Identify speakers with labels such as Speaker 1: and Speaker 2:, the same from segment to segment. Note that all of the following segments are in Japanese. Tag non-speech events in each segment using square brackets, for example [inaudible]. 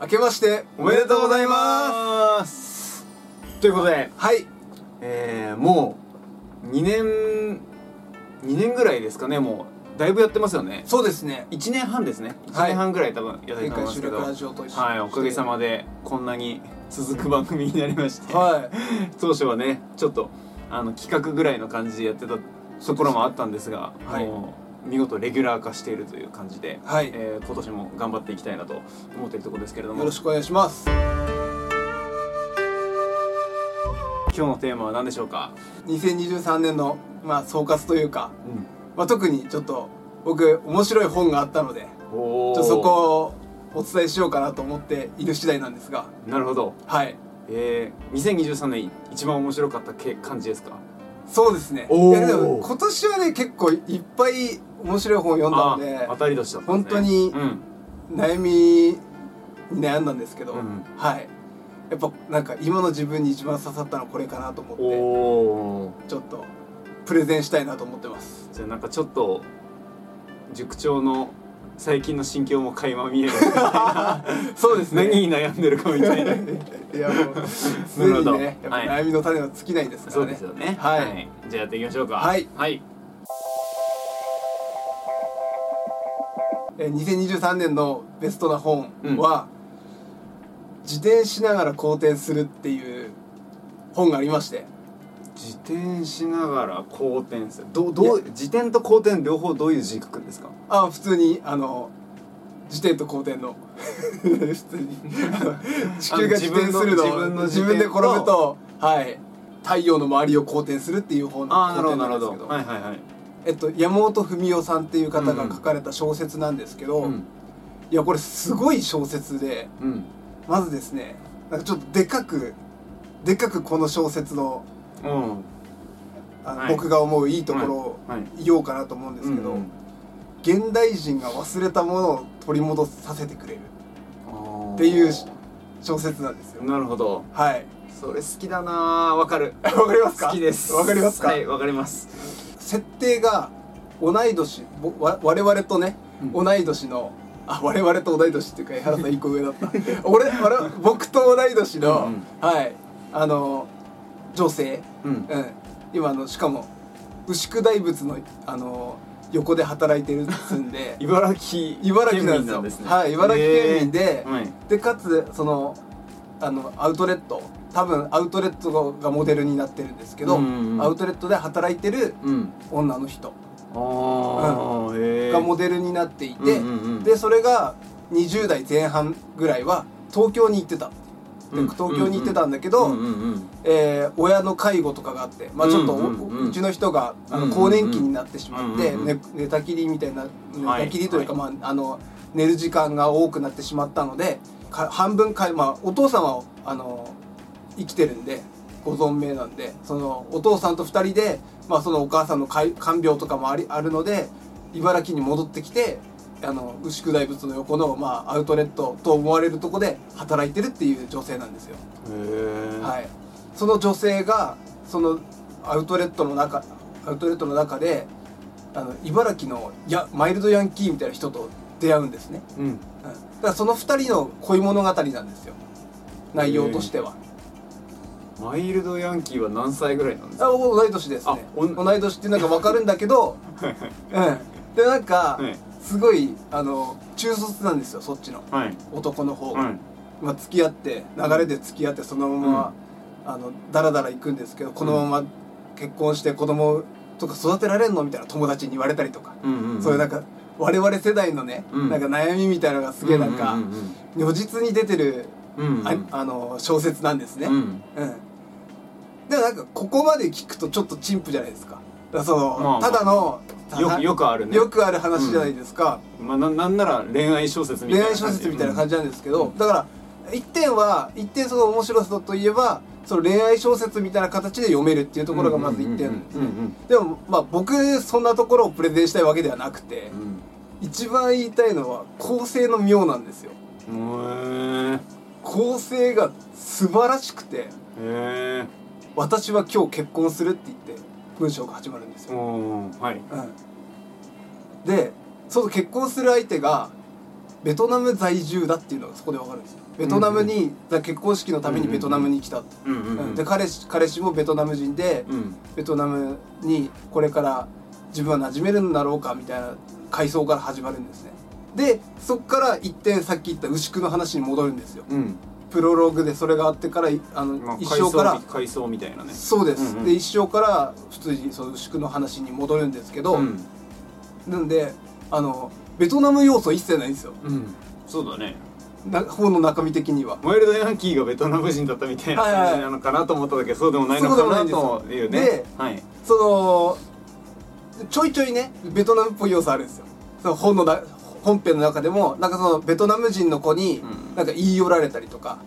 Speaker 1: 明けましておめでとうございます
Speaker 2: ますということで、
Speaker 1: はい
Speaker 2: えー、もう2年2年ぐらいですかねもうだいぶやってますよね
Speaker 1: そうですね
Speaker 2: 1年半ですね1
Speaker 1: はい
Speaker 2: 年半ぐらい多分やっ
Speaker 1: 前
Speaker 2: てると思い
Speaker 1: 回
Speaker 2: ます
Speaker 1: 収
Speaker 2: けど
Speaker 1: 録ラジオと一緒
Speaker 2: はいおかげさまでこんなに続く番組になりまして、
Speaker 1: はい
Speaker 2: 当初はねちょっとあの企画ぐらいの感じでやってたところもあったんですが
Speaker 1: はい
Speaker 2: もう見事レギュラー化しているという感じで、
Speaker 1: はい
Speaker 2: えー今年も頑張っていきたいなと思っているところですけれども
Speaker 1: よろしくお願いします
Speaker 2: 今日のテーマは何でしょうか、
Speaker 1: 2023年のまあ総括というか、まあ、特にちょっと僕面白い本があったのでちょ
Speaker 2: お
Speaker 1: っ
Speaker 2: ー
Speaker 1: とそこをお伝えしようかなと思っている次第なんですが
Speaker 2: なるほど
Speaker 1: はい
Speaker 2: えー、2023年一番面白かったけ感じですか
Speaker 1: そうですね
Speaker 2: おー
Speaker 1: いやでも今年はね結構いっぱい面白い本を読んだの
Speaker 2: あー当
Speaker 1: で
Speaker 2: たり年だったんです
Speaker 1: 本当
Speaker 2: ね
Speaker 1: に
Speaker 2: うん
Speaker 1: 悩みに悩んだんですけど、
Speaker 2: うん
Speaker 1: はいやっぱなんか今の自分に一番刺さったのはこれかなと思って
Speaker 2: おお
Speaker 1: ちょっとプレゼンしたいなと思ってます
Speaker 2: じゃあなんかちょっと塾長の最近の心境も垣間見え [laughs] る
Speaker 1: そうですね
Speaker 2: 何に悩んでるかみたいな
Speaker 1: いやもう常
Speaker 2: なるほど
Speaker 1: にねやっぱ
Speaker 2: はい
Speaker 1: 悩みの種は尽きないんですからね
Speaker 2: [laughs] そうですよね
Speaker 1: はい、
Speaker 2: じゃあやっていきましょうか
Speaker 1: はい
Speaker 2: はい
Speaker 1: えー2023年のベストな本は、自転しながら好転するっていう本がありまして
Speaker 2: 自転しながら好転するどうどう自転と好転両方どういう字書くんですか
Speaker 1: あ普通にあの自転と後転の [laughs] 普通
Speaker 2: [laughs]
Speaker 1: にあの地球が自転するの
Speaker 2: 自
Speaker 1: 自
Speaker 2: 分の自分の
Speaker 1: 分で
Speaker 2: 自
Speaker 1: 転
Speaker 2: 転と
Speaker 1: ぶとはい太陽の周りを好転するっていう本
Speaker 2: ああ
Speaker 1: の
Speaker 2: な
Speaker 1: 好
Speaker 2: るほ
Speaker 1: 転
Speaker 2: どな
Speaker 1: なんですけど
Speaker 2: るほどはいはいはい
Speaker 1: えっと、山本文夫さんっていう方
Speaker 2: うん
Speaker 1: が書かれた小説なんですけど、
Speaker 2: うん
Speaker 1: いやこれすごい小説で
Speaker 2: うん
Speaker 1: まずですねなんかちょっとでかくでかくこの小説の
Speaker 2: うん
Speaker 1: あの、
Speaker 2: はい
Speaker 1: 僕が思ういいところを
Speaker 2: はいはい
Speaker 1: 言おうかなと思うんですけど、
Speaker 2: うん
Speaker 1: 現代人が忘れたものを取り戻させてくれる
Speaker 2: あー
Speaker 1: っていう小説なんですよ。
Speaker 2: なるほど
Speaker 1: はい。
Speaker 2: それ好きだなーわかる
Speaker 1: [laughs] わかりますか
Speaker 2: 好きです
Speaker 1: わかりますか、
Speaker 2: はいわかります
Speaker 1: 設定が同い年ぼわ我々とね、
Speaker 2: うん
Speaker 1: 同い年のあ我々と同い年っていうか江原さん一個上だった [laughs] 俺我々僕と同い年の、
Speaker 2: うん
Speaker 1: はいあの女性、
Speaker 2: うん
Speaker 1: うん、今あのしかも牛久大仏のあの横で働いてるっつん
Speaker 2: [laughs]
Speaker 1: で
Speaker 2: [laughs] 茨城
Speaker 1: 茨城なんですよ
Speaker 2: 県民ね
Speaker 1: はい茨城県民で
Speaker 2: えーはい
Speaker 1: でかつそのあのアウトレット多分アウトレットがモデルになってるんですけど、
Speaker 2: うんうんうん
Speaker 1: アウトレットで働いてる
Speaker 2: うん
Speaker 1: 女の人
Speaker 2: ああへえ
Speaker 1: がモデルになっていて、
Speaker 2: うんうんうん
Speaker 1: でそれが20代前半ぐらいは東京に行ってた、で
Speaker 2: うん
Speaker 1: 東京に行ってたんだけど、
Speaker 2: うんうんうん
Speaker 1: えー親の介護とかがあって、まあ、ちょっとお、
Speaker 2: う
Speaker 1: うん
Speaker 2: うんうん
Speaker 1: ちの人があ
Speaker 2: うんうん
Speaker 1: の
Speaker 2: うん
Speaker 1: 更年期になってしまって、
Speaker 2: うんうんうん
Speaker 1: ね寝たきりみたいな寝
Speaker 2: はい
Speaker 1: たきりというか、
Speaker 2: は
Speaker 1: まあ、あの寝る時間が多くなってしまったのでか半分か、まあ、お父さんはあの生きてるんでご存命なんでそのお父さんと2人で、まあ、そのお母さんのかい看病とかもありあるので茨城に戻ってきてあの牛久大仏の横の、まあ、アウトレットと思われるとこで働いてるっていう女性なんですよ。
Speaker 2: へえ
Speaker 1: はい、その女性がそのアウトレットの中アウトレットの中であの茨城のやマイルドヤンキーみたいな人と出会うんですね、
Speaker 2: うん
Speaker 1: うん、だからその2人の恋物語なんですよ内容としては、
Speaker 2: マイルドヤンキーは何歳ぐらいなんですか
Speaker 1: あ同い年ですね
Speaker 2: あおん
Speaker 1: 同い年ってなんか分かるんだけ
Speaker 2: [laughs]
Speaker 1: ど、うん、でなんか
Speaker 2: はい
Speaker 1: すごいあの中卒なんですよそっちの
Speaker 2: はい
Speaker 1: 男の方が、
Speaker 2: はい
Speaker 1: まあ、付き合って流れで付き合ってそのまま、あのダラダラ行くんですけどこのまま結婚して子供とか育てられんのみたいな友達に言われたりとか、
Speaker 2: うんうん
Speaker 1: そういうなん
Speaker 2: か
Speaker 1: か我々世代のね、
Speaker 2: うん
Speaker 1: なんか悩みみたいなのがすげえなんか、
Speaker 2: うんうん
Speaker 1: 如実に出てる、
Speaker 2: うんうん
Speaker 1: ああの小説なんですね。
Speaker 2: う
Speaker 1: うん
Speaker 2: ん
Speaker 1: でもなんかここまで聞くとちょっと陳腐じゃないですか。だからその、
Speaker 2: まあ
Speaker 1: ただの
Speaker 2: よくよくあるね
Speaker 1: よくある話じゃないですか。
Speaker 2: まあなんなんなら恋愛小説みた
Speaker 1: 恋
Speaker 2: いな
Speaker 1: 愛小説みたいな感
Speaker 2: じ
Speaker 1: じなんですけど、だから一点は一点その面白さといえばその恋愛小説みたいな形で読めるっていうところがまず一点
Speaker 2: うんうん
Speaker 1: でもまあ僕そんなところをプレゼンしたいわけではなくて
Speaker 2: うんうん
Speaker 1: 一番言いたいのは構成の妙なんですよ
Speaker 2: うんへ
Speaker 1: 構成が素晴らしくて
Speaker 2: えへ
Speaker 1: 「私は今日結婚する」って言って文章が始まるんです
Speaker 2: え
Speaker 1: よ、
Speaker 2: おーはい
Speaker 1: うん、でその結婚する相手がベトナム在住だっていうのがそこでわかるんですよベトナムに、だから結婚式のためにベトナムに来たって、
Speaker 2: うんうんうん
Speaker 1: で彼氏彼氏もベトナム人で、
Speaker 2: うん
Speaker 1: ベトナムにこれから自分は馴染めるんだろうかみたいな階層から始まるんですねでそこから一点さっき言った牛久の話に戻るんですよ
Speaker 2: うん
Speaker 1: プロローグでそれがあってからいあの、
Speaker 2: まあ
Speaker 1: 一生から
Speaker 2: 階層み階層みたいなね
Speaker 1: そうです、
Speaker 2: うんうん
Speaker 1: で一生から普通にその牛久の話に戻るんですけど、
Speaker 2: ん
Speaker 1: なんであのベトナム要素一切ないんですよ
Speaker 2: うんそうだね
Speaker 1: な本の中身的には
Speaker 2: ワイルドヤンキーがベトナム人だったみたいな
Speaker 1: はいはい
Speaker 2: 感じなのかなと思っただけどそうでもないのかなという
Speaker 1: そうで
Speaker 2: ね
Speaker 1: も
Speaker 2: はい
Speaker 1: そのちょいちょいねベトナムっぽい要素あるんですよその本のな本編の中でもなんかそのベトナム人の子に
Speaker 2: うん
Speaker 1: なんか言い寄られたりとか、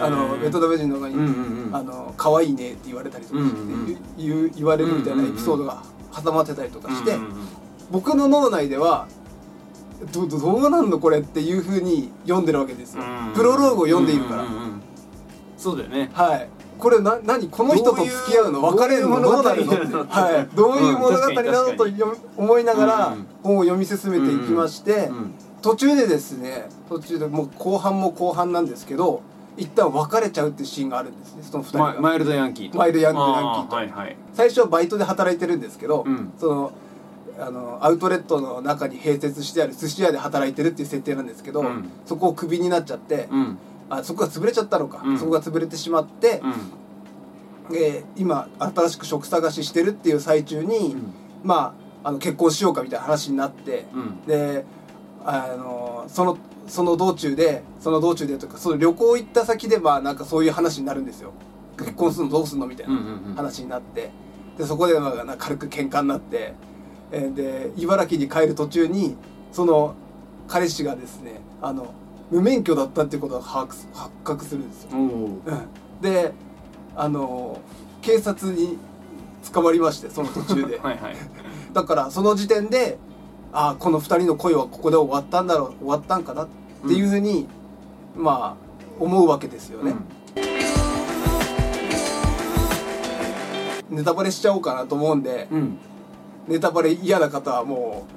Speaker 1: あのベトナム人の子に「
Speaker 2: うんうんうん
Speaker 1: あの可愛いね」って言われたりとかして、
Speaker 2: うんうんうん
Speaker 1: 言う言われるみたいなエピソードが挟まってたりとかして、
Speaker 2: うんうんうん
Speaker 1: 僕の脳内ではどどどうなんのこれっていうふうに読んでるわけですよ、プロローグを読んでいるから、
Speaker 2: うううんうんそうだよね
Speaker 1: はいこれな何この人と付き合うの
Speaker 2: どういう
Speaker 1: 別れるのどうなるの
Speaker 2: どういう物語なの
Speaker 1: はい、どういう物語な
Speaker 2: うん確か
Speaker 1: の
Speaker 2: に
Speaker 1: と読み思いなが
Speaker 2: う
Speaker 1: ら
Speaker 2: んうん
Speaker 1: 本を読み進めていきまして、
Speaker 2: うん
Speaker 1: 途中でですね途中でもう後半も後半なんですけど一旦別れちゃうっていうシーンがあるんですねその2人
Speaker 2: マ
Speaker 1: が、
Speaker 2: イマイルドヤンキーと
Speaker 1: マイルドヤンキーと
Speaker 2: あはいはい
Speaker 1: 最初はバイトで働いてるんですけど、
Speaker 2: うん
Speaker 1: そのあのアウトレットの中に併設してある寿司屋で働いてるっていう設定なんですけど、
Speaker 2: うん
Speaker 1: そこをクビになっちゃって、
Speaker 2: うん
Speaker 1: あそこが潰れちゃったのか、
Speaker 2: うん
Speaker 1: そこが潰れてしまって、
Speaker 2: う
Speaker 1: えー今新しく職探ししてるっていう最中に、
Speaker 2: ん
Speaker 1: まああの結婚しようかみたいな話になって、
Speaker 2: うん
Speaker 1: であのそのその道中でその道中でというかその旅行行った先でまあなんかそういう話になるんですよ結婚するのどうすんのみたい
Speaker 2: うん
Speaker 1: な
Speaker 2: うんうん
Speaker 1: 話になってでそこでまあなんか軽く喧嘩になって、えーで茨城に帰る途中にその彼氏がですねあの無免許だったっていうことが把握す発覚するんですよ
Speaker 2: おお
Speaker 1: うんであの警察に捕まりましてその途中で
Speaker 2: [laughs] はいはい
Speaker 1: だからその時点でああこの2人の恋はここで終わったんだろう終わったんかなっていうふうに、まあ思うわけですよね、ネタバレしちゃおうかなと思うんで、
Speaker 2: うん
Speaker 1: ネタバレ嫌な方はもう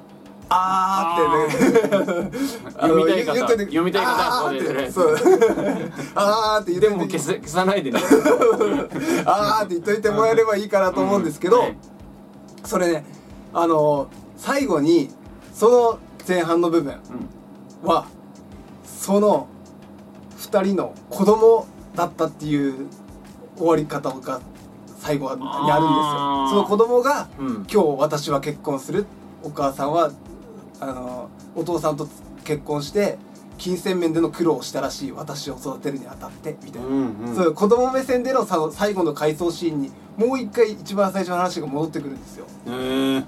Speaker 1: あーってね [laughs] あの
Speaker 2: 読みたい方
Speaker 1: 言ってて
Speaker 2: 読みたい方は
Speaker 1: あーってね
Speaker 2: そう
Speaker 1: そう [laughs] あーって言って
Speaker 2: でも消さ消さないでね
Speaker 1: あーって言っといてもらえればいいかなと思うんですけど、
Speaker 2: うんはい
Speaker 1: それねあの最後にその前半の部分はその2人の子供だったっていう終わり方が最後にあるん
Speaker 2: あ
Speaker 1: で
Speaker 2: ー
Speaker 1: すよ。その子供が
Speaker 2: うんうん
Speaker 1: 今日私は結婚するお母さんはあのお父さんと結婚して金銭面での苦労をしたらしい私を育てるにあたってみたいな、
Speaker 2: うんうん
Speaker 1: そう子供目線でのさ最後の回想シーンにもう一回一番最初の話が戻ってくるんですよ
Speaker 2: へー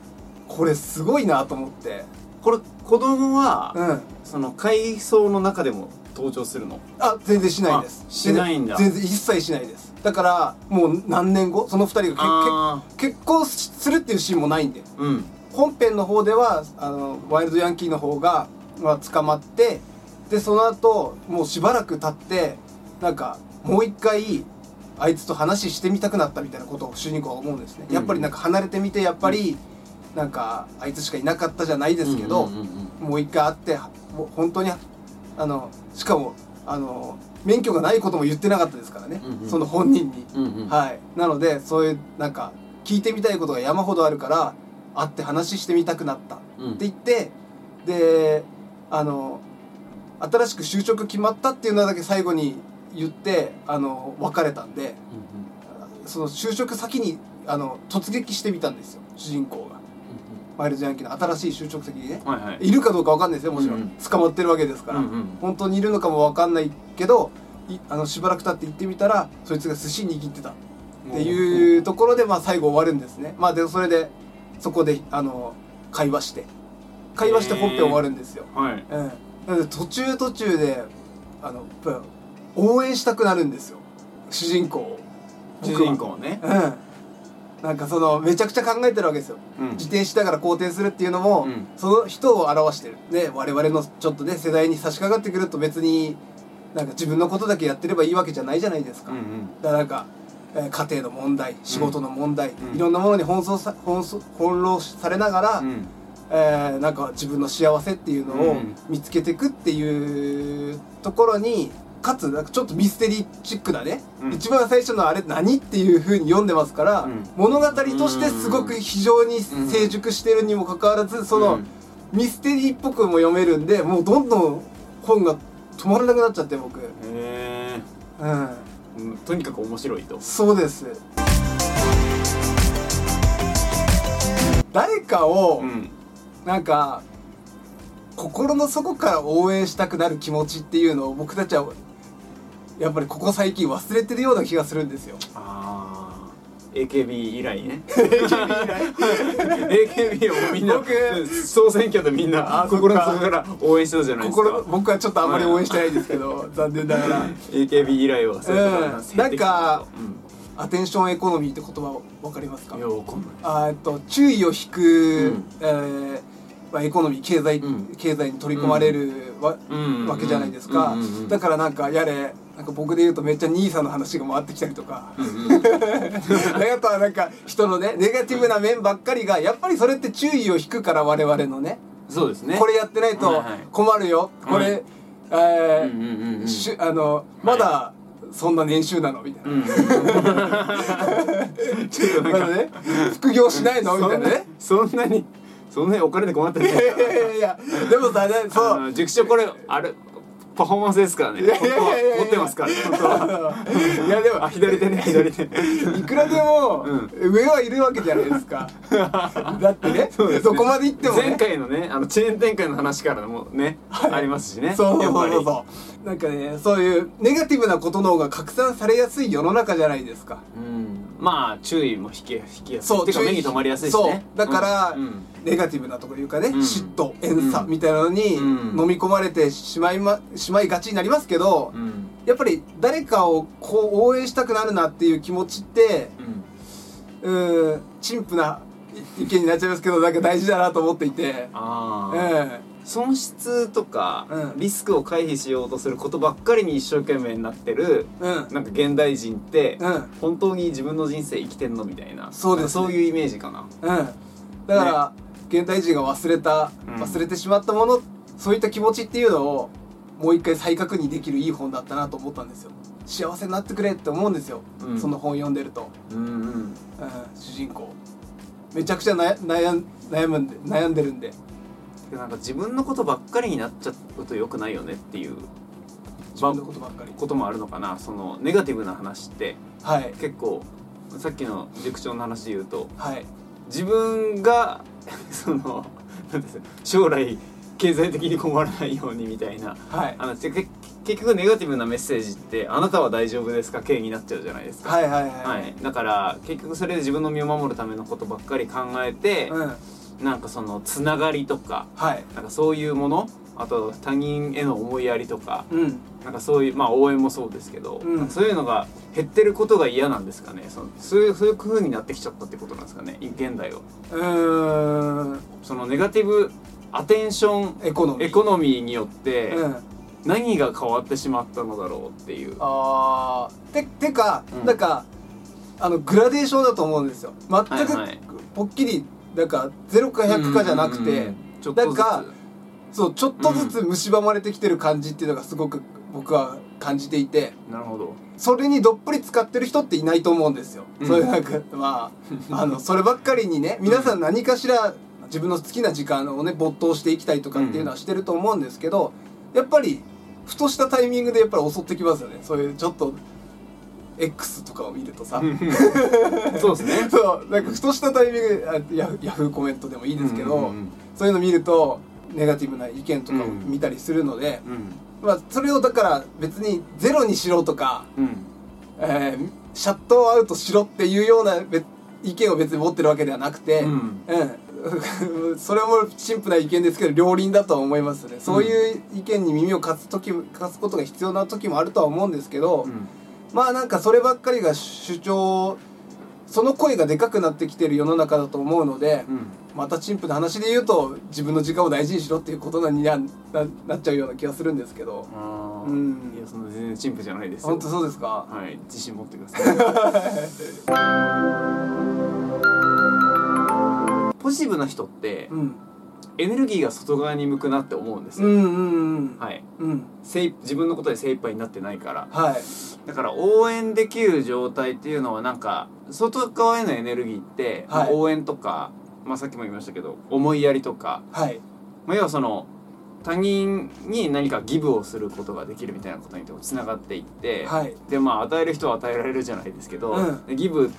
Speaker 1: これすごいなと思って
Speaker 2: これ子供は
Speaker 1: うん
Speaker 2: その階層の中でも登場するの
Speaker 1: あ全然しないです
Speaker 2: あしないんだ
Speaker 1: 全然一切しないですだからもう何年後その二人が
Speaker 2: あ
Speaker 1: けけ結婚するっていうシーンもないんで
Speaker 2: ーうん
Speaker 1: 本編の方ではあのワイルドヤンキーの方が、まあ、捕まってでその後もうしばらく経ってなんかもう一回あいつと話してみたくなったみたいなことを主人公は思うんですね、
Speaker 2: うん
Speaker 1: やっぱりなんか離れてみてやっぱり、なんかあいつしかいなかったじゃないですけど、
Speaker 2: うんうんうん
Speaker 1: もう一回会ってもう本当にあのしかもあの免許がないことも言ってなかったですからね、
Speaker 2: うんうん
Speaker 1: その本人に。
Speaker 2: うんうん
Speaker 1: はい、なのでそういうなんか聞いてみたいことが山ほどあるから会って話してみたくなったって
Speaker 2: うん
Speaker 1: 言って、であの新しく就職決まったっていうのだけ最後に言ってあの別れたんで
Speaker 2: うんうん
Speaker 1: その就職先にあの突撃してみたんですよ主人公がマイルズ・ヤンキーの新しい就職先にね
Speaker 2: うんうんはいはい
Speaker 1: いるかどうかわかんないですよもちろん、
Speaker 2: うんうん
Speaker 1: 捕まってるわけですから、
Speaker 2: うんうん
Speaker 1: 本当にいるのかもわかんないけどいあのしばらく経って行ってみたらそいつが寿司握ってたっていうところで、まあ、最後終わるんですね。まあ、でそれでそこであの会話して会話して本編終わるんですよ。
Speaker 2: はい
Speaker 1: うん、なので途中途中であのやっぱ応援したくなるんですよ主人公を。
Speaker 2: 主
Speaker 1: 僕は
Speaker 2: 人公ね
Speaker 1: うん、なんかそのめちゃくちゃ考えてるわけですよ。
Speaker 2: うん
Speaker 1: 自転しながら好転するっていうのも、
Speaker 2: うん
Speaker 1: その人を表してるね我々のちょっとね世代に差し掛かってくると別になんか自分のことだけやってればいいわけじゃないじゃないですか、
Speaker 2: うんうん
Speaker 1: だからなんか、えー家庭の問題仕事の問題、
Speaker 2: うん
Speaker 1: いろんなものに奔走さ奔走翻弄されながら、
Speaker 2: うん
Speaker 1: えーなんか自分の幸せっていうの
Speaker 2: う
Speaker 1: を
Speaker 2: ん
Speaker 1: 見つけていくっていうところにかつなんかちょっとミステリーチックなね、
Speaker 2: うん
Speaker 1: 一番最初のあれ何っていうふうに読んでますから、
Speaker 2: うん
Speaker 1: 物語としてすごく非常に成熟してるにもかかわらずその、
Speaker 2: うん
Speaker 1: ミステリーっぽくも読めるんでもうどんどん本が止まらなくなっちゃって僕、う
Speaker 2: へ
Speaker 1: ん、
Speaker 2: ーうんとにかく面白いと
Speaker 1: そうです誰かを、
Speaker 2: うん
Speaker 1: なんか心の底から応援したくなる気持ちっていうのを僕たちはやっぱりここ最近忘れてるような気がするんですよ。
Speaker 2: あー AKB 以来ね AKB 以来 AKB をみんな
Speaker 1: 僕
Speaker 2: 総選挙でみんな
Speaker 1: あそっか
Speaker 2: 心の底から応援してたじゃないです
Speaker 1: 心の
Speaker 2: か
Speaker 1: 僕はちょっとあんまり応援してないですけど、残念ながら
Speaker 2: AKB 以来 [laughs] はそういうこと
Speaker 1: うん
Speaker 2: 性的
Speaker 1: なんかアテンションエコノミーって言葉分かります
Speaker 2: う
Speaker 1: か
Speaker 2: んいやわかんない
Speaker 1: あーえっと注意を引く、
Speaker 2: うん
Speaker 1: えーまあ、エコノミー経済、
Speaker 2: うん
Speaker 1: 経済に取り込まれるわ,、
Speaker 2: うん
Speaker 1: わけじゃないですか、
Speaker 2: うんうんうん
Speaker 1: だからなんかやれなんか僕で言うとめっちゃ兄さんの話が回ってきたりとか、 [laughs] やっぱなんか人のねネガティブな面ばっかりがやっぱりそれって注意を引くから我々のね
Speaker 2: そうですね
Speaker 1: これやってない
Speaker 2: はい
Speaker 1: と
Speaker 2: はい
Speaker 1: 困るよ、これ、
Speaker 2: はい
Speaker 1: えー
Speaker 2: うんうんうんうん
Speaker 1: しゅあのまだそんな年収なのみたいな。
Speaker 2: うん
Speaker 1: [laughs]
Speaker 2: ちょっと
Speaker 1: ま
Speaker 2: な
Speaker 1: だ
Speaker 2: んか
Speaker 1: ね、副業しないのみ
Speaker 2: そ
Speaker 1: たい
Speaker 2: ん
Speaker 1: な
Speaker 2: な
Speaker 1: ね。
Speaker 2: そんなにそんなにお金で困ってない
Speaker 1: いやいやいやいやでもさね
Speaker 2: あ
Speaker 1: そう
Speaker 2: の塾長これあれパフォーマンスですからね
Speaker 1: いやいやいやいや
Speaker 2: 本当は持ってますからね本当は
Speaker 1: いやでも
Speaker 2: あ左手ね左手
Speaker 1: いくらでも上はいるわけじゃないですかだってね
Speaker 2: そうですね
Speaker 1: どこまで行ってもね
Speaker 2: 前回のねあのチェーン展開の話からもね、ありますしね
Speaker 1: そうそう
Speaker 2: や
Speaker 1: そ
Speaker 2: っ
Speaker 1: う
Speaker 2: ぱ
Speaker 1: そうなんかねそういうネガティブなことの方が拡散されやすい世の中じゃないですか
Speaker 2: りうんまあ注意も引き引きやすい
Speaker 1: そう
Speaker 2: てか
Speaker 1: 注意
Speaker 2: 目に留まりやすいしね
Speaker 1: そうだから、
Speaker 2: うんうん
Speaker 1: ネガティブなとこいうかね、
Speaker 2: ん
Speaker 1: 嫉妬怨
Speaker 2: う
Speaker 1: 嗟
Speaker 2: ん
Speaker 1: みたいなのに
Speaker 2: うん
Speaker 1: 飲み込まれてしまい,、ま、しまいがちになりますけど、
Speaker 2: うん
Speaker 1: やっぱり誰かをこう応援したくなるなっていう気持ちって
Speaker 2: うん
Speaker 1: うーん陳腐な意見になっちゃいますけどなんか大事だなと思っていて、
Speaker 2: あ
Speaker 1: う
Speaker 2: あ、
Speaker 1: ん、
Speaker 2: 損失とか、
Speaker 1: うん
Speaker 2: リスクを回避しようとすることばっかりに一生懸命になってる
Speaker 1: うん、
Speaker 2: なんか現代人って、
Speaker 1: うん
Speaker 2: 本当に自分の人生生きてんのみたいな
Speaker 1: そうですね
Speaker 2: なんかそういうイメージかな
Speaker 1: うん、だから、現代人が忘れた
Speaker 2: うん
Speaker 1: 忘れてしまったもの、そういった気持ちっていうのをもう一回再確認できるいい本だったなと思ったんですよ幸せになってくれって思うんですよ、
Speaker 2: うん
Speaker 1: その本読んでると、
Speaker 2: うんうん
Speaker 1: うん、主人公めちゃくちゃ悩悩ん悩むんで悩んでるんで
Speaker 2: でなんか自分のことばっかりになっちゃうと良くないよねっていう
Speaker 1: 自分のことばっかり
Speaker 2: こともあるのかなそのネガティブな話って
Speaker 1: はい
Speaker 2: 結構さっきの塾長の話で言うと
Speaker 1: はい
Speaker 2: 自分が [laughs] そのなんていうんですか将来経済的に困らないようにみたいな
Speaker 1: はい
Speaker 2: あのてけ結局ネガティブなメッセージって「あなたは大丈夫ですか?」系になっちゃうじゃないですか。
Speaker 1: はいはいはい
Speaker 2: はい、だから結局それで自分の身を守るためのことばっかり考えて、
Speaker 1: うん
Speaker 2: なんかそのつながりとか
Speaker 1: はい
Speaker 2: なんかそういうものあと他人への思いやりとか
Speaker 1: うん
Speaker 2: なんかそういうまあ応援もそうですけど、
Speaker 1: うん
Speaker 2: なんかそういうのが減ってることが嫌なんですかねそのそういうそういう風になってきちゃったってことなんですかね現代は
Speaker 1: うーん
Speaker 2: そのネガティブアテンション
Speaker 1: エコノミー
Speaker 2: エコノミーによって
Speaker 1: うん、
Speaker 2: 何が変わってしまったのだろうっていう、
Speaker 1: あーててか、
Speaker 2: うん
Speaker 1: なんかあのグラデーションだと思うんですよ全く、
Speaker 2: はいはい
Speaker 1: ぽっきりなんか0か100かじゃなくて、
Speaker 2: うんうんうんちょっとずつ
Speaker 1: なんかそうちょっとずつ蝕まれてきてる感じっていうのがすごく僕は感じていて
Speaker 2: なるほ
Speaker 1: [laughs]
Speaker 2: ど
Speaker 1: それにどっぷり使ってる人っていないと思うんですよ、
Speaker 2: うん
Speaker 1: そういうなんかまああのそればっかりにね皆さん何かしら自分の好きな時間をね没頭していきたいとかっていうのはしてると思うんですけど、やっぱりふとしたタイミングでやっぱり襲ってきますよねそういうちょっと X とかを見るとさ、
Speaker 2: そうです
Speaker 1: [laughs]
Speaker 2: ね
Speaker 1: そうなんかふとしたタイミングであヤフヤフーコメントでもいいですけど、
Speaker 2: うんうん
Speaker 1: そういうの見るとネガティブな意見とかを見たりするので、
Speaker 2: うん
Speaker 1: まあ、それをだから別にゼロにしろとか
Speaker 2: うんうん
Speaker 1: えーシャットアウトしろっていうようなべ意見を別に持ってるわけではなくて、
Speaker 2: うん
Speaker 1: うん [laughs] それも陳腐な意見ですけど両輪だとは思いますねそういう意見に耳を貸す時貸すことが必要な時もあるとは思うんですけど、
Speaker 2: うん
Speaker 1: まあなんかそればっかりが主張その声がでかくなってきてる世の中だと思うので、
Speaker 2: うん
Speaker 1: また陳腐な話で言うと自分の時間を大事にしろっていうことにはななっちゃうような気がするんですけど、
Speaker 2: あー
Speaker 1: うん
Speaker 2: いやその全然陳腐じゃないですよ
Speaker 1: 本当そうですか、
Speaker 2: はい自信持ってくださいポジティブな人って
Speaker 1: うん
Speaker 2: エネルギーが外側に向くなって思うんで
Speaker 1: う
Speaker 2: すよ、
Speaker 1: んうんうん
Speaker 2: はい
Speaker 1: うん
Speaker 2: 精一自分のことで精一杯になってないから
Speaker 1: はい
Speaker 2: だから応援できる状態っていうのはなんか外側へのエネルギーって、まあ
Speaker 1: はい
Speaker 2: 応援とか、まあ、さっきも言いましたけど思いやりとか、
Speaker 1: はい
Speaker 2: まあ、要はその他人に何かギブをすることができるみたいなことにつながっていって、
Speaker 1: はい
Speaker 2: でまあ与える人は与えられるじゃないですけど、
Speaker 1: うん
Speaker 2: でギブ、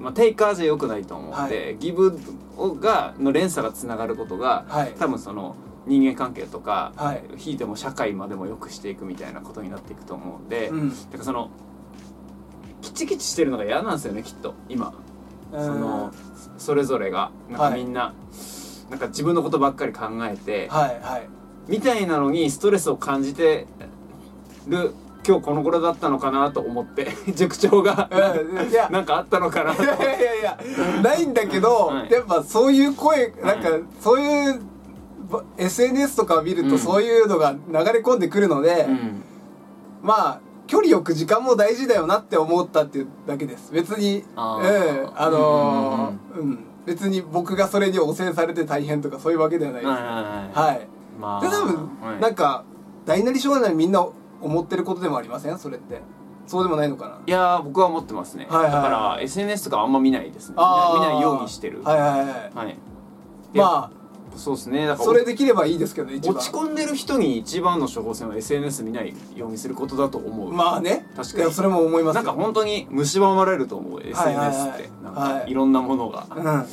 Speaker 2: まあ、テイカーじゃ良くないと思うんで、
Speaker 1: は
Speaker 2: ギブをがの連鎖がつながることが
Speaker 1: はい
Speaker 2: 多分その人間関係とか、
Speaker 1: はい
Speaker 2: ひいても社会までも良くしていくみたいなことになっていくと思うんで、
Speaker 1: うん
Speaker 2: だからそのキチキチしてるのが嫌なんですよねきっと今そのそれぞれがなんか
Speaker 1: はい
Speaker 2: みんな、なんか自分のことばっかり考えて、
Speaker 1: はいはい
Speaker 2: みたいなのにストレスを感じてる今日この頃だったのかなと思って [laughs] 塾長が
Speaker 1: うんいや
Speaker 2: なんかあったのかな
Speaker 1: [laughs]
Speaker 2: と
Speaker 1: いやいやいやないんだけど、
Speaker 2: はい
Speaker 1: やっぱそういう声なんか、
Speaker 2: は
Speaker 1: そういうば SNS とかを見る
Speaker 2: う
Speaker 1: と
Speaker 2: ん
Speaker 1: そういうのが流れ込んでくるので、
Speaker 2: うん
Speaker 1: まあ距離よく時間も大事だよなって思ったっていうだけです別に
Speaker 2: あ
Speaker 1: う
Speaker 2: ー
Speaker 1: んあのーうん別に僕がそれに汚染されて大変とかそういうわけではない
Speaker 2: は
Speaker 1: で
Speaker 2: い
Speaker 1: す、
Speaker 2: は
Speaker 1: はい
Speaker 2: いまあ
Speaker 1: で多分、
Speaker 2: はい
Speaker 1: なんか大なり小なりみんな思ってることでもありませんそれってそうでもないのかない
Speaker 2: やー僕は思ってますね、
Speaker 1: はいはい
Speaker 2: だから SNS とかあんま見ないですね
Speaker 1: あー
Speaker 2: 見ない見ないようにしてる、
Speaker 1: はいいはいはい
Speaker 2: で
Speaker 1: ま
Speaker 2: そうですねだ
Speaker 1: あ
Speaker 2: から
Speaker 1: それできればいいですけどね一番
Speaker 2: 落ち込んでる人に一番の処方箋は SNS 見ないようにすることだと思う、
Speaker 1: まあね
Speaker 2: 確かに
Speaker 1: いやそれも思います
Speaker 2: なんか本当に蝕まれると思う SNS って、
Speaker 1: はいはいはい
Speaker 2: なんか、
Speaker 1: はい
Speaker 2: い、ろんなものが、
Speaker 1: うんわ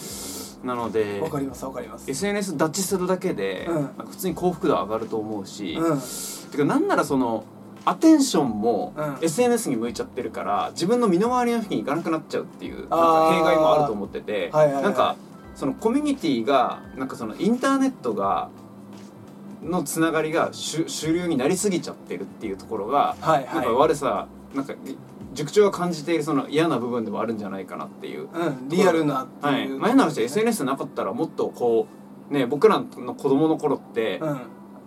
Speaker 2: なので
Speaker 1: かりますわかります、
Speaker 2: SNS 脱チするだけで、
Speaker 1: うん
Speaker 2: なんか普通に幸福度上がると思うし、
Speaker 1: うん、
Speaker 2: てかなんならそのアテンションも
Speaker 1: うん
Speaker 2: SNS に向いちゃってるから自分の身の回りの人に行かなくなっちゃうっていうなん
Speaker 1: あ
Speaker 2: か
Speaker 1: ー
Speaker 2: 弊害もあると思ってて、
Speaker 1: はいはいはい
Speaker 2: なんかそのコミュニティがなんかそのインターネットがのつながりが主主流になりすぎちゃってるっていうところが、
Speaker 1: はいはい
Speaker 2: なんか悪さなんか塾長が感じているその嫌な部分でもあるんじゃないかなっていう
Speaker 1: うん、リアルなって
Speaker 2: はい、
Speaker 1: いう、
Speaker 2: 前の話 SNS なかったらもっとこうね僕らの子供の頃って、
Speaker 1: うん、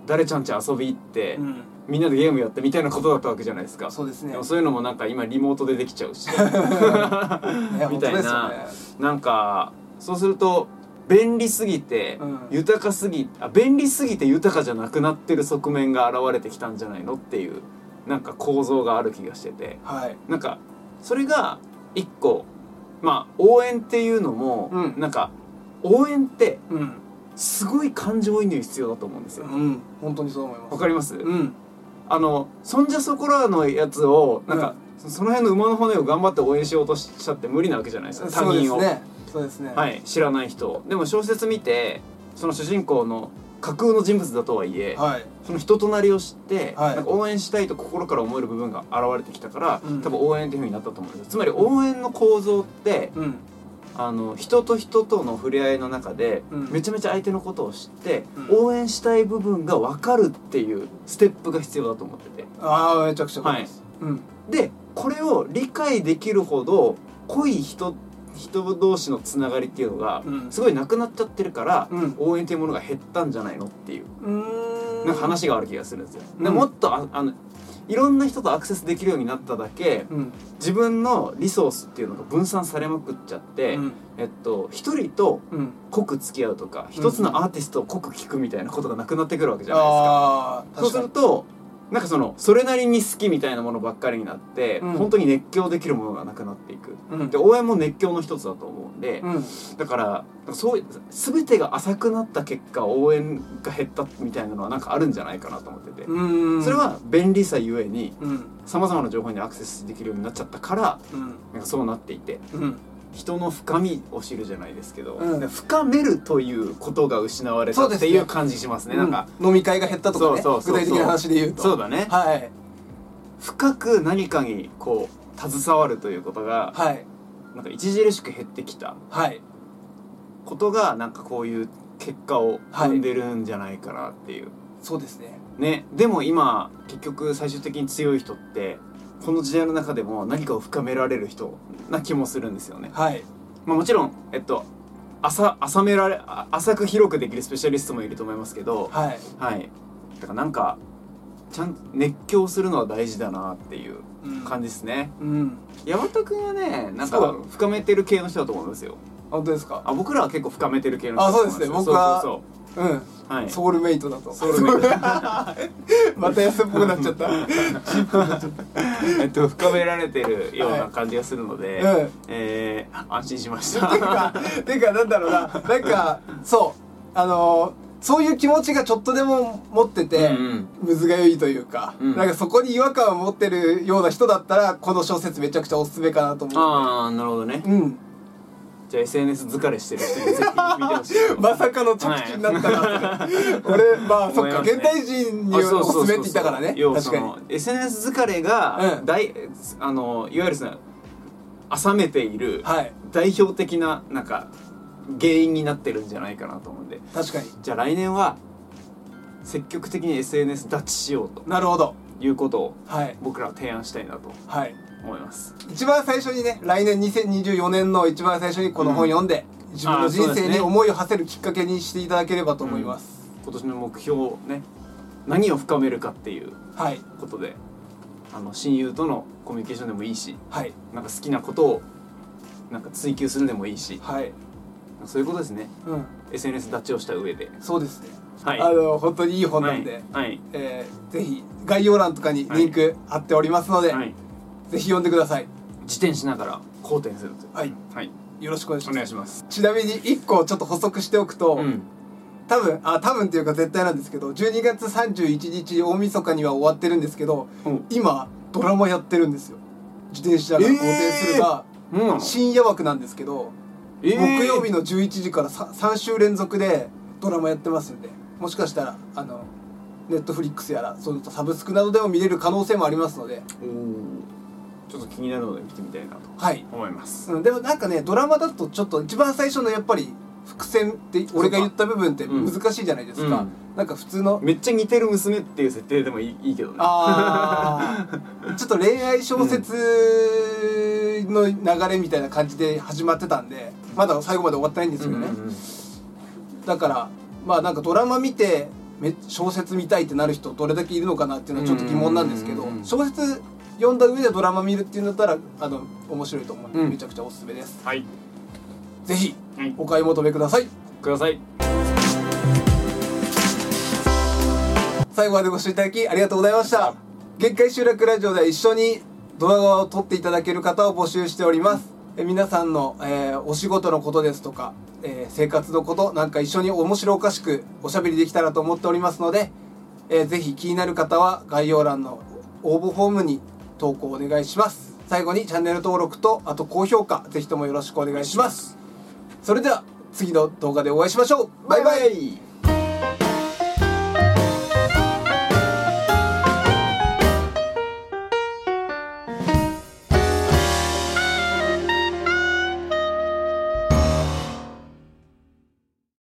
Speaker 2: 誰ちゃんち遊び行って、
Speaker 1: うん、
Speaker 2: みんなでゲームやってみたいなことだったわけじゃないですか
Speaker 1: そうですね
Speaker 2: でもそういうのもなんか今リモートでできちゃ
Speaker 1: [laughs]
Speaker 2: うし
Speaker 1: ね
Speaker 2: みたい
Speaker 1: 本
Speaker 2: な、なんかそうすると便利すぎて、
Speaker 1: うん
Speaker 2: 豊かすぎあ便利すぎて豊かじゃなくなってる側面が現れてきたんじゃないのっていうなんか構造がある気がしてて
Speaker 1: 当ですよね
Speaker 2: なんかそれが一個まあ応援っていうのも、
Speaker 1: うん
Speaker 2: なんか応援って
Speaker 1: はいうん
Speaker 2: すごい感情移入必要だと思うんですよ。
Speaker 1: うん本当にそう思いま
Speaker 2: わ
Speaker 1: す
Speaker 2: かります、
Speaker 1: うん
Speaker 2: あのそんじゃそこらのやつをなん
Speaker 1: う
Speaker 2: か
Speaker 1: ん、
Speaker 2: そその辺の馬の骨を頑張って応援しようとしちゃって無理なわけじゃないですか他
Speaker 1: そうで
Speaker 2: 人
Speaker 1: す
Speaker 2: を、
Speaker 1: ねそうですね
Speaker 2: はい、知らない人をでも小説見てその主人公の架空の人物だとはいえ、
Speaker 1: はい
Speaker 2: その人となりを知って、
Speaker 1: はい
Speaker 2: なんか応援したいと心から思える部分が現れてきたから、
Speaker 1: うん
Speaker 2: 多分応援っていうふうになったと思うんですつまり応援の構造って
Speaker 1: うん
Speaker 2: あの人と人との触れ合いの中で、
Speaker 1: うん
Speaker 2: めちゃめちゃ相手のことを知って、
Speaker 1: うん
Speaker 2: 応援したい部分が分かるっていうステップが必要だと思ってて。
Speaker 1: ああめちゃくちゃわかりますうん
Speaker 2: でこれを理解できるほど濃い人人同士のつながりっていうのが
Speaker 1: うん
Speaker 2: すごいなくなっちゃってるから、
Speaker 1: うん
Speaker 2: 応援っていうものが減ったんじゃないのっていう
Speaker 1: うーん
Speaker 2: なんか話がある気がするんですよ。
Speaker 1: うん
Speaker 2: でもっとああのいろんな人とアクセスできるようになっただけ
Speaker 1: うん
Speaker 2: 自分のリソースっていうのが分散されまくっちゃって、
Speaker 1: うん
Speaker 2: えっと、一人と
Speaker 1: うん
Speaker 2: 濃く付き合うとか
Speaker 1: ん
Speaker 2: 一つのアーティストを濃く聞くみたいなことがなくなってくるわけじゃないですか。
Speaker 1: ああ
Speaker 2: そう
Speaker 1: 確
Speaker 2: す
Speaker 1: か
Speaker 2: る
Speaker 1: に
Speaker 2: となんかそのそれなりに好きみたいなものばっかりになって、
Speaker 1: うん
Speaker 2: 本当に熱狂できるものがなくなっていく
Speaker 1: うん
Speaker 2: で応援も熱狂の一つだと思うんで、
Speaker 1: うん
Speaker 2: だからなんかそういう全てが浅くなった結果応援が減ったみたいなのはなんかあるんじゃないかなと思ってて、
Speaker 1: うん
Speaker 2: それは便利さゆえに
Speaker 1: うん
Speaker 2: さまざまな情報にアクセスできるようになっちゃったから
Speaker 1: うん
Speaker 2: なんかそうなっていて
Speaker 1: うん
Speaker 2: 人の深みを知るじゃないですけど、
Speaker 1: うん
Speaker 2: 深めるということが失われた
Speaker 1: そう
Speaker 2: っ
Speaker 1: です
Speaker 2: て
Speaker 1: ね
Speaker 2: いう感じしますねなんか、
Speaker 1: うん飲み会が減ったとかね
Speaker 2: そうそうそうそう
Speaker 1: 具体的な話で言うと
Speaker 2: そうだね
Speaker 1: はい
Speaker 2: 深く何かにこう携わるということが
Speaker 1: はい
Speaker 2: なんか著しく減ってきた
Speaker 1: はい
Speaker 2: ことがなんかこういう結果を生んでるんじゃないかなっていう、
Speaker 1: そうですね
Speaker 2: ねでも今結局最終的に強い人ってこの時代の中でも何かを深められる人な気もするんですよね、
Speaker 1: はい
Speaker 2: まあ、もちろんえっと浅浅められあ浅く広くできるスペシャリストもいると思いますけど
Speaker 1: はい
Speaker 2: はいだからなんかちゃんと熱狂するのは大事だなっていう
Speaker 1: うん
Speaker 2: 感じですね、
Speaker 1: うん
Speaker 2: 山本君はねなん
Speaker 1: そうな
Speaker 2: か
Speaker 1: の
Speaker 2: 深めてる系の人だと思いますよ
Speaker 1: 本当ですか
Speaker 2: あ僕らは結構深めてる系の人
Speaker 1: あ
Speaker 2: だ
Speaker 1: そう
Speaker 2: と思
Speaker 1: で
Speaker 2: いますす
Speaker 1: ね僕
Speaker 2: よ
Speaker 1: は
Speaker 2: そう
Speaker 1: うん
Speaker 2: はい
Speaker 1: ソウルメイトだと
Speaker 2: ソウルメイト
Speaker 1: [laughs] また安っぽくなっちゃ
Speaker 2: [laughs]
Speaker 1: った
Speaker 2: えっと深められてるような感じがするので、
Speaker 1: はいうん
Speaker 2: えー安心し
Speaker 1: [laughs]
Speaker 2: ました
Speaker 1: てかてかなんだろうななんかそうあのーそういう気持ちがちょっとでも持ってて、
Speaker 2: うん
Speaker 1: むずがゆいというか、
Speaker 2: うん
Speaker 1: なんかそこに違和感を持ってるような人だったらこの小説めちゃくちゃおすすめかなと思う
Speaker 2: [laughs] ああなるほどね
Speaker 1: うん
Speaker 2: じゃあ SNS 疲れしてる人にぜひ見てほしい
Speaker 1: まさかの着地になったなって、俺まあそ
Speaker 2: 思
Speaker 1: っ
Speaker 2: い
Speaker 1: か、
Speaker 2: ますね
Speaker 1: 現代 [laughs] 人に
Speaker 2: あそう
Speaker 1: お
Speaker 2: そうそうそう
Speaker 1: すすめって言ったからね
Speaker 2: 要は
Speaker 1: 確かに
Speaker 2: その SNS 疲れが
Speaker 1: うん
Speaker 2: 大、あのいわゆるその浅めている
Speaker 1: はい
Speaker 2: 代表的ななんか原因になってるんじゃないかなと思うんで
Speaker 1: 確かに
Speaker 2: じゃあ来年は積極的に SNS 脱チしようと
Speaker 1: なるほど
Speaker 2: いうことを
Speaker 1: はい
Speaker 2: 僕らは提案したいなと
Speaker 1: はい
Speaker 2: 思います
Speaker 1: 一番最初にね来年2024年の一番最初にこの本読んで、自分の
Speaker 2: あーそう
Speaker 1: 人
Speaker 2: ですね
Speaker 1: 生に思いを馳せるきっかけにしていただければと思います、
Speaker 2: 今年の目標をね何を深めるかっていう
Speaker 1: はい
Speaker 2: ことであの親友とのコミュニケーションでもいいし
Speaker 1: はい
Speaker 2: なんか好きなことをなんか追求するでもいいし
Speaker 1: はい
Speaker 2: そういうことですね
Speaker 1: うん
Speaker 2: SNS 脱チをした上で
Speaker 1: そうですね、
Speaker 2: はい
Speaker 1: あの本当にいい本なんで、
Speaker 2: はいはい
Speaker 1: えーぜひ概要欄とかにリンク貼っておりますので、
Speaker 2: はい
Speaker 1: ぜひ読んでください
Speaker 2: 自転しながら好転するという
Speaker 1: はい
Speaker 2: はい
Speaker 1: よろしくお願いし
Speaker 2: お
Speaker 1: ます
Speaker 2: 願いします
Speaker 1: ちなみに1個ちょっと補足しておくと、
Speaker 2: うん
Speaker 1: 多分あ多分っていうか絶対なんですけど12月31日大晦日には終わってるんですけど
Speaker 2: うん
Speaker 1: 今ドラマやってるんですよ自転車が
Speaker 2: えー
Speaker 1: 横転するが、
Speaker 2: うんなの
Speaker 1: 深夜枠なんですけど、
Speaker 2: えー
Speaker 1: 木曜日の11時から 3, 週連続でドラマやってますんでもしかしたらあのネットフリックスやらそのサブスクなどでも見れる可能性もありますので
Speaker 2: おーちょっと気になるので見てみたいなと
Speaker 1: はい、
Speaker 2: 思います
Speaker 1: うん、でもなんかねドラマだとちょっと一番最初のやっぱり伏線って俺が言った部分って
Speaker 2: うん
Speaker 1: 難しいじゃないですか、なんか普通の
Speaker 2: めっちゃ似てる娘っていう設定でもいいいいけどね
Speaker 1: あ
Speaker 2: [laughs]
Speaker 1: ーちょっと恋愛小説の流れみたいな感じで始まってたんでまだ最後まで終わってないんですけどね、
Speaker 2: うんうんうん
Speaker 1: だからまあなんかドラマ見てめ小説見たいってなる人どれだけいるのかなっていうのはちょっと疑問なんですけど
Speaker 2: うんうんうんうん
Speaker 1: 小説読んだ上でドラマ見るっていうんだったらあの面白いと思うんで
Speaker 2: うん
Speaker 1: めちゃくちゃおすすめです、
Speaker 2: はい
Speaker 1: ぜひ
Speaker 2: はい
Speaker 1: お買い求めください
Speaker 2: ください
Speaker 1: 最後までご視聴いただきありがとうございました限界集落ラジオでは一緒にドラマを撮っていただける方を募集しておりますえ皆さんの、えーお仕事のことですとか、えー生活のことなんか一緒に面白おかしくおしゃべりできたらと思っておりますので、えーぜひ気になる方は概要欄の応募フォームに投稿お願いします最後にチャンネル登録とあと高評価ぜひともよろしくお願いしますそれでは次の動画でお会いしましょうバイバイ
Speaker 2: イ